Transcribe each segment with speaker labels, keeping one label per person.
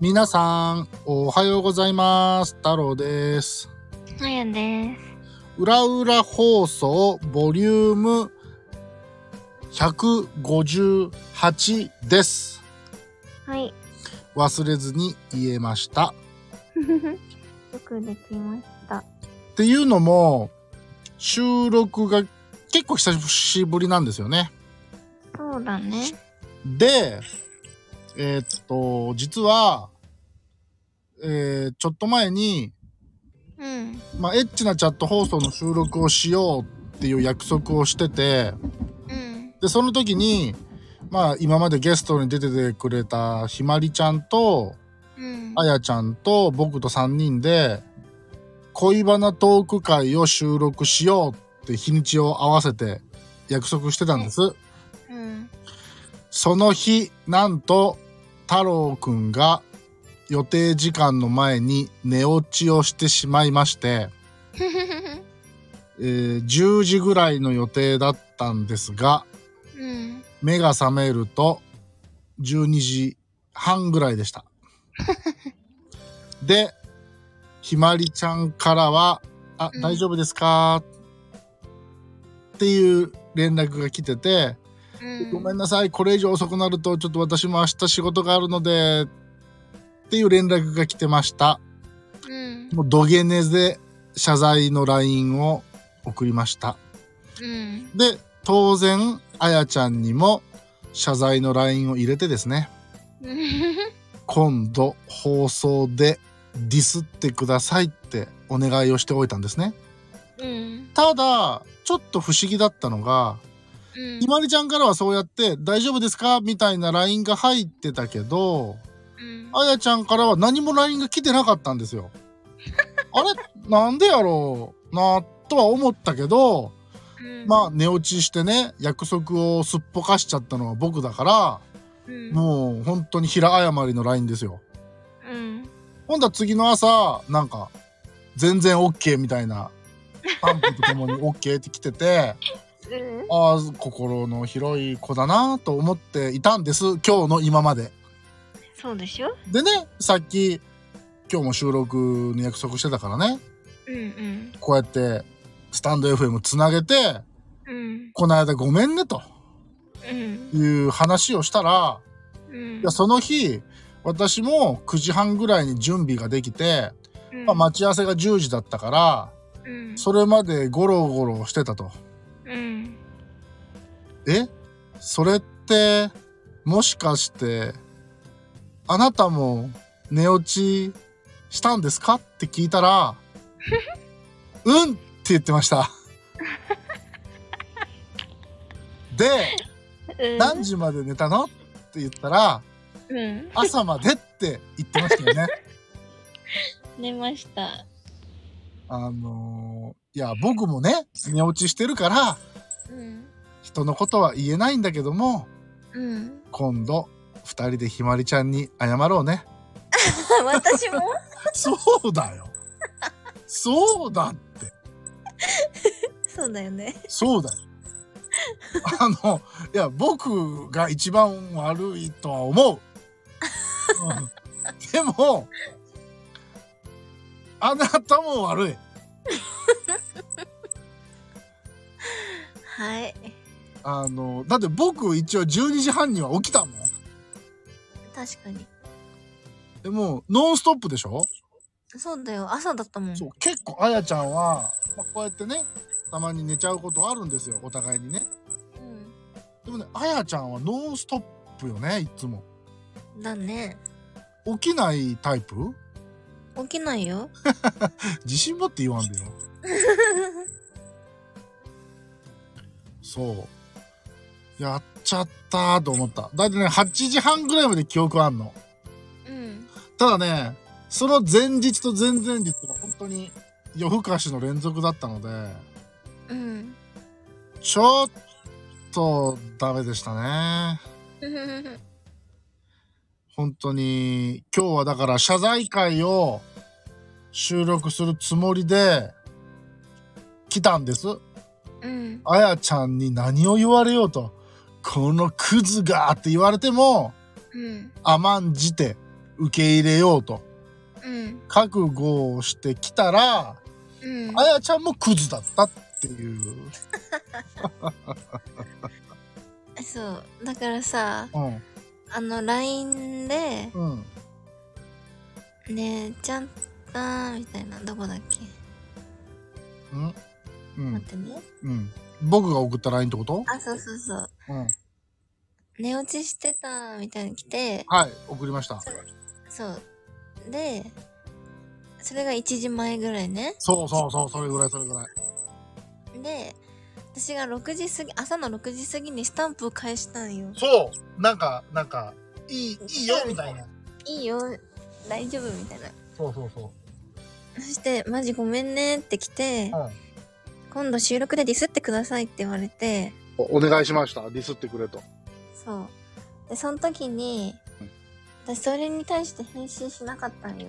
Speaker 1: 皆さん、おはようございます。太郎です。
Speaker 2: のやんで
Speaker 1: 裏裏放送ボリューム158です。
Speaker 2: す。はい。
Speaker 1: 忘れずに言えました。
Speaker 2: よくできました。
Speaker 1: っていうのも、収録が結構久しぶりなんですよね。
Speaker 2: そうだね。
Speaker 1: で、えーっと、実は、えーちょっと前に、
Speaker 2: うん。
Speaker 1: まあ、エッチなチャット放送の収録をしようっていう約束をしてて、
Speaker 2: うん。
Speaker 1: で、その時に、まあ、今までゲストに出ててくれたひまりちゃんと、
Speaker 2: うん。
Speaker 1: あやちゃんと僕と3人で、恋バナトーク会を収録しようって日にちを合わせて約束してたんです。
Speaker 2: うん。
Speaker 1: その日、なんと、太郎くんが予定時間の前に寝落ちをしてしまいまして、えー10時ぐらいの予定だったんですが、
Speaker 2: うん。
Speaker 1: 目が覚めると12時半ぐらいでした。で、ひまりちゃんからは、あ
Speaker 2: う、ん
Speaker 1: 大丈夫ですか、っていう連絡が来てて、
Speaker 2: うん。
Speaker 1: ごめんなさい、これ以上遅くなると、ちょっと私も明日仕事があるので、っていう連絡が来てました。
Speaker 2: うん。
Speaker 1: もう土下寝で謝罪の LINE を送りました。
Speaker 2: うん。
Speaker 1: で、当然、あやちゃんにも謝罪の LINE を入れてですね、
Speaker 2: うん。
Speaker 1: 今度放送でディスってくださいってお願いをしておいたんですね。
Speaker 2: うん。
Speaker 1: ただ、ちょっと不思議だったのが、
Speaker 2: うん
Speaker 1: ひまりちゃんからはそうやって大丈夫ですかみたいな LINE が入ってたけど、
Speaker 2: うん。
Speaker 1: あやちゃんからは何も LINE が来てなかったんです よ。あれなんでやろうなとは思ったけど、
Speaker 2: うん
Speaker 1: まあ、寝落ちしてね、約束をすっぽかしちゃったのは僕だから、
Speaker 2: うん。
Speaker 1: もう本当に平謝りの LINE ですよ。
Speaker 2: うん。
Speaker 1: ほんだら次の朝、なんか、全然 OK みたいな、パンプとともに OK って来てて、
Speaker 2: うん。
Speaker 1: ああ、心の広い子だなと思っていたんです。今日の今まで。
Speaker 2: そうでしょ
Speaker 1: でね、さっき、今日も収録に約束してたからね、
Speaker 2: うん
Speaker 1: こうやって、スタンド FM つなげて、
Speaker 2: うん。うん。
Speaker 1: この間ごめんねと
Speaker 2: うん。
Speaker 1: いう話をしたら、
Speaker 2: うん。
Speaker 1: いや、その日、私も9時半ぐらいに準備ができて、
Speaker 2: うん
Speaker 1: まあ、待ち合わせが10時だったから、
Speaker 2: うん。
Speaker 1: それまでゴロゴロしてたと。
Speaker 2: うん。
Speaker 1: えそれって、もしかして、あなたも寝落ちしたんですかって聞いたら、うんって言ってました。で、
Speaker 2: うん。
Speaker 1: 何時まで寝たのって言ったら、
Speaker 2: うん。
Speaker 1: 朝までって言ってましたよね。
Speaker 2: 寝ました。
Speaker 1: あのーいや、僕もね、寝落ちしてるから、
Speaker 2: うん。
Speaker 1: 人のことは言えないんだけども、
Speaker 2: うん。
Speaker 1: 今度、二人でひまりちゃんに謝ろうね。
Speaker 2: 私も
Speaker 1: そうだよ。そうだって。
Speaker 2: そうだよね。
Speaker 1: そうだよ。あの、いや、僕が一番悪いとは思う。うんでも、あなたも悪い。
Speaker 2: はい。
Speaker 1: あの、だって僕一応12時半には起きたもん。
Speaker 2: 確かに。
Speaker 1: でも、ノンストップでしょ
Speaker 2: そうだよ。朝だったもん。
Speaker 1: そう結構あやちゃんは、まあ、こうやってねたまに寝ちゃうことあるんですよお互いにね
Speaker 2: う
Speaker 1: でもねあやちゃんはノンストップよねいつも
Speaker 2: ん。だね。
Speaker 1: 起きないタイプ
Speaker 2: 起きな いよ。
Speaker 1: 自信持って言わんでよそうやっちゃったと思っただいたいね8時半ぐらいまで記憶あんの
Speaker 2: うん。
Speaker 1: ただねその前日と前々日が本当に夜更かしの連続だったので
Speaker 2: うん。
Speaker 1: ちょっとダメでしたね本当に今日はだから謝罪会を収録するつもりで来たんです。
Speaker 2: うん。
Speaker 1: あやちゃんに何を言われようと、このクズがって言われても
Speaker 2: うん。
Speaker 1: 甘んじて受け入れようと
Speaker 2: うん
Speaker 1: 覚悟をしてきたら
Speaker 2: うん
Speaker 1: あやちゃんもクズだったっていう、
Speaker 2: そうだからさ
Speaker 1: うん
Speaker 2: あの LINE で
Speaker 1: うん、
Speaker 2: 「ねえちゃんあー」みたいなどこだっけ、
Speaker 1: うんうん
Speaker 2: 待ってね
Speaker 1: うん僕が送った LINE ってこと、
Speaker 2: あそうそうそう
Speaker 1: うん、
Speaker 2: 寝落ちしてたみたいに来て
Speaker 1: はい送りました
Speaker 2: そうでそれが1時前ぐらいね
Speaker 1: そうそうそうそれぐらいそれぐらい
Speaker 2: で私が6時過ぎ朝の6時過ぎにスタンプを返したんよ
Speaker 1: そうなんかなんかいいいいよみたいない
Speaker 2: いよ大丈夫みたいな
Speaker 1: そうそうそ
Speaker 2: そして「マジごめんね」って来て
Speaker 1: う、うん、
Speaker 2: 「今度収録でディスってください」って言われて
Speaker 1: おお願いしましたディスってくれと
Speaker 2: そうでその時に
Speaker 1: うん
Speaker 2: 私それに対して返信しなかったんよ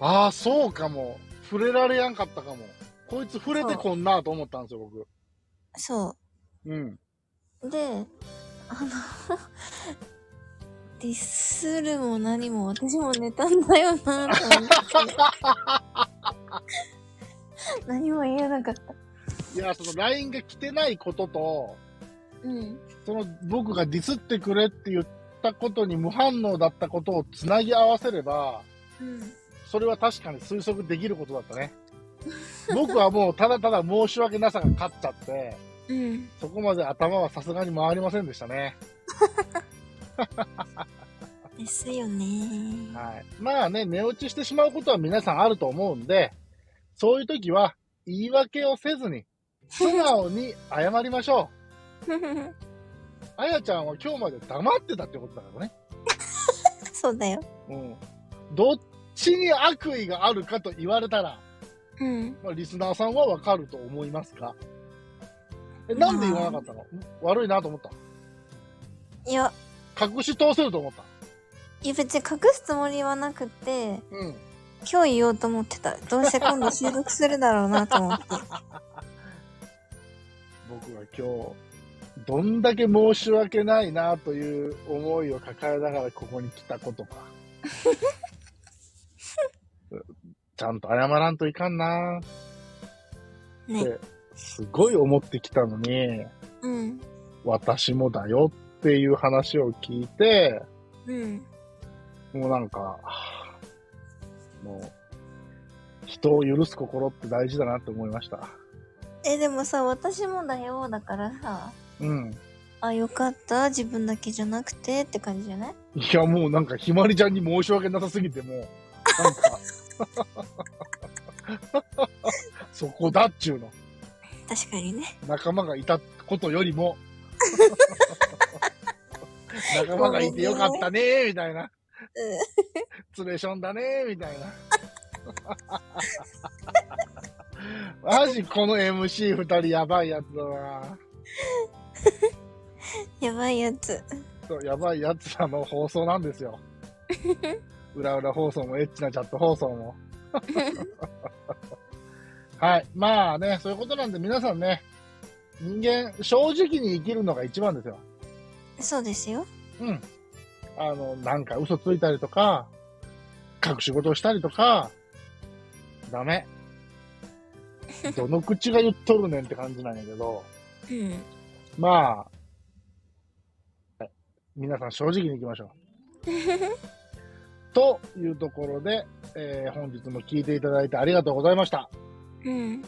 Speaker 1: ああそうかも触れられやんかったかもこいつ触れてこんなと思ったんですよ僕
Speaker 2: そ
Speaker 1: うん
Speaker 2: うであの ディスるも何も私も寝たんだよな と思って何も言えなかった
Speaker 1: いやその LINE が来てないことと
Speaker 2: うん
Speaker 1: その僕がディスってくれって言ったことに無反応だったことをつなぎ合わせれば
Speaker 2: うん
Speaker 1: それは確かに推測できることだったね僕はもうただただ申し訳なさが勝っちゃって
Speaker 2: うん
Speaker 1: そこまで頭はさすがに回りませんでしたね
Speaker 2: ですよね
Speaker 1: はい、まあね、寝落ちしてしまうことは皆さんあると思うんで、そういう時は言い訳をせずに、素直に謝りましょう。 あやちゃんは今日まで黙ってたってことだからね。
Speaker 2: そうだよ
Speaker 1: うん。どっちに悪意があるかと言われたら、
Speaker 2: うん
Speaker 1: まあ、リスナーさんはわかると思いますが。え、なんで言わなかったの悪いなと思った。
Speaker 2: いや
Speaker 1: 隠し通せると思った。
Speaker 2: いや別に隠すつもりはなくて
Speaker 1: うん。
Speaker 2: 今日言おうと思ってたどうせ今度収録するだろうなと思って
Speaker 1: 僕は今日どんだけ申し訳ないなという思いを抱えながらここに来た ことかちゃんと謝らんといかんな
Speaker 2: ね
Speaker 1: すごい思ってきたのに
Speaker 2: うん
Speaker 1: 私もだよっていう話を聞いて
Speaker 2: うん
Speaker 1: もうなんかはあもう人を許す心って大事だなって思いました
Speaker 2: えでもさ私もだよだからさ
Speaker 1: うん
Speaker 2: あよかった自分だけじゃなくてって感じじゃない
Speaker 1: いやもうなんかひまりちゃんに申し訳なさすぎてもうなんか そこだっちゅうの
Speaker 2: 確かにね
Speaker 1: 仲間がいたことよりも仲間がいてよかったねみたいなツレションだねみたいなマジこの MC2 人やばいやつだな
Speaker 2: うんやばいやつ
Speaker 1: そうやばいやつらの放送なんですよ裏裏放送もエッチなチャット放送もはいまあねそういうことなんで皆さんね人間正直に生きるのが一番ですよ
Speaker 2: そうですよ
Speaker 1: うんあのなんか嘘ついたりとか隠し事をしたりとかダメどの口が言っとるねんって感じなんやけど
Speaker 2: うん
Speaker 1: まあはい皆さん正直にいきましょうというところで、えー本日も聞いていただいてありがとうございました。
Speaker 2: うん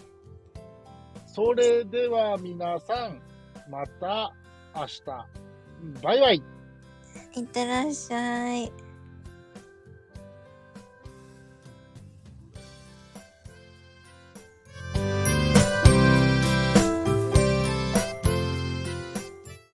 Speaker 1: それでは皆さん、また明日。バイバイ。
Speaker 2: いってらっしゃい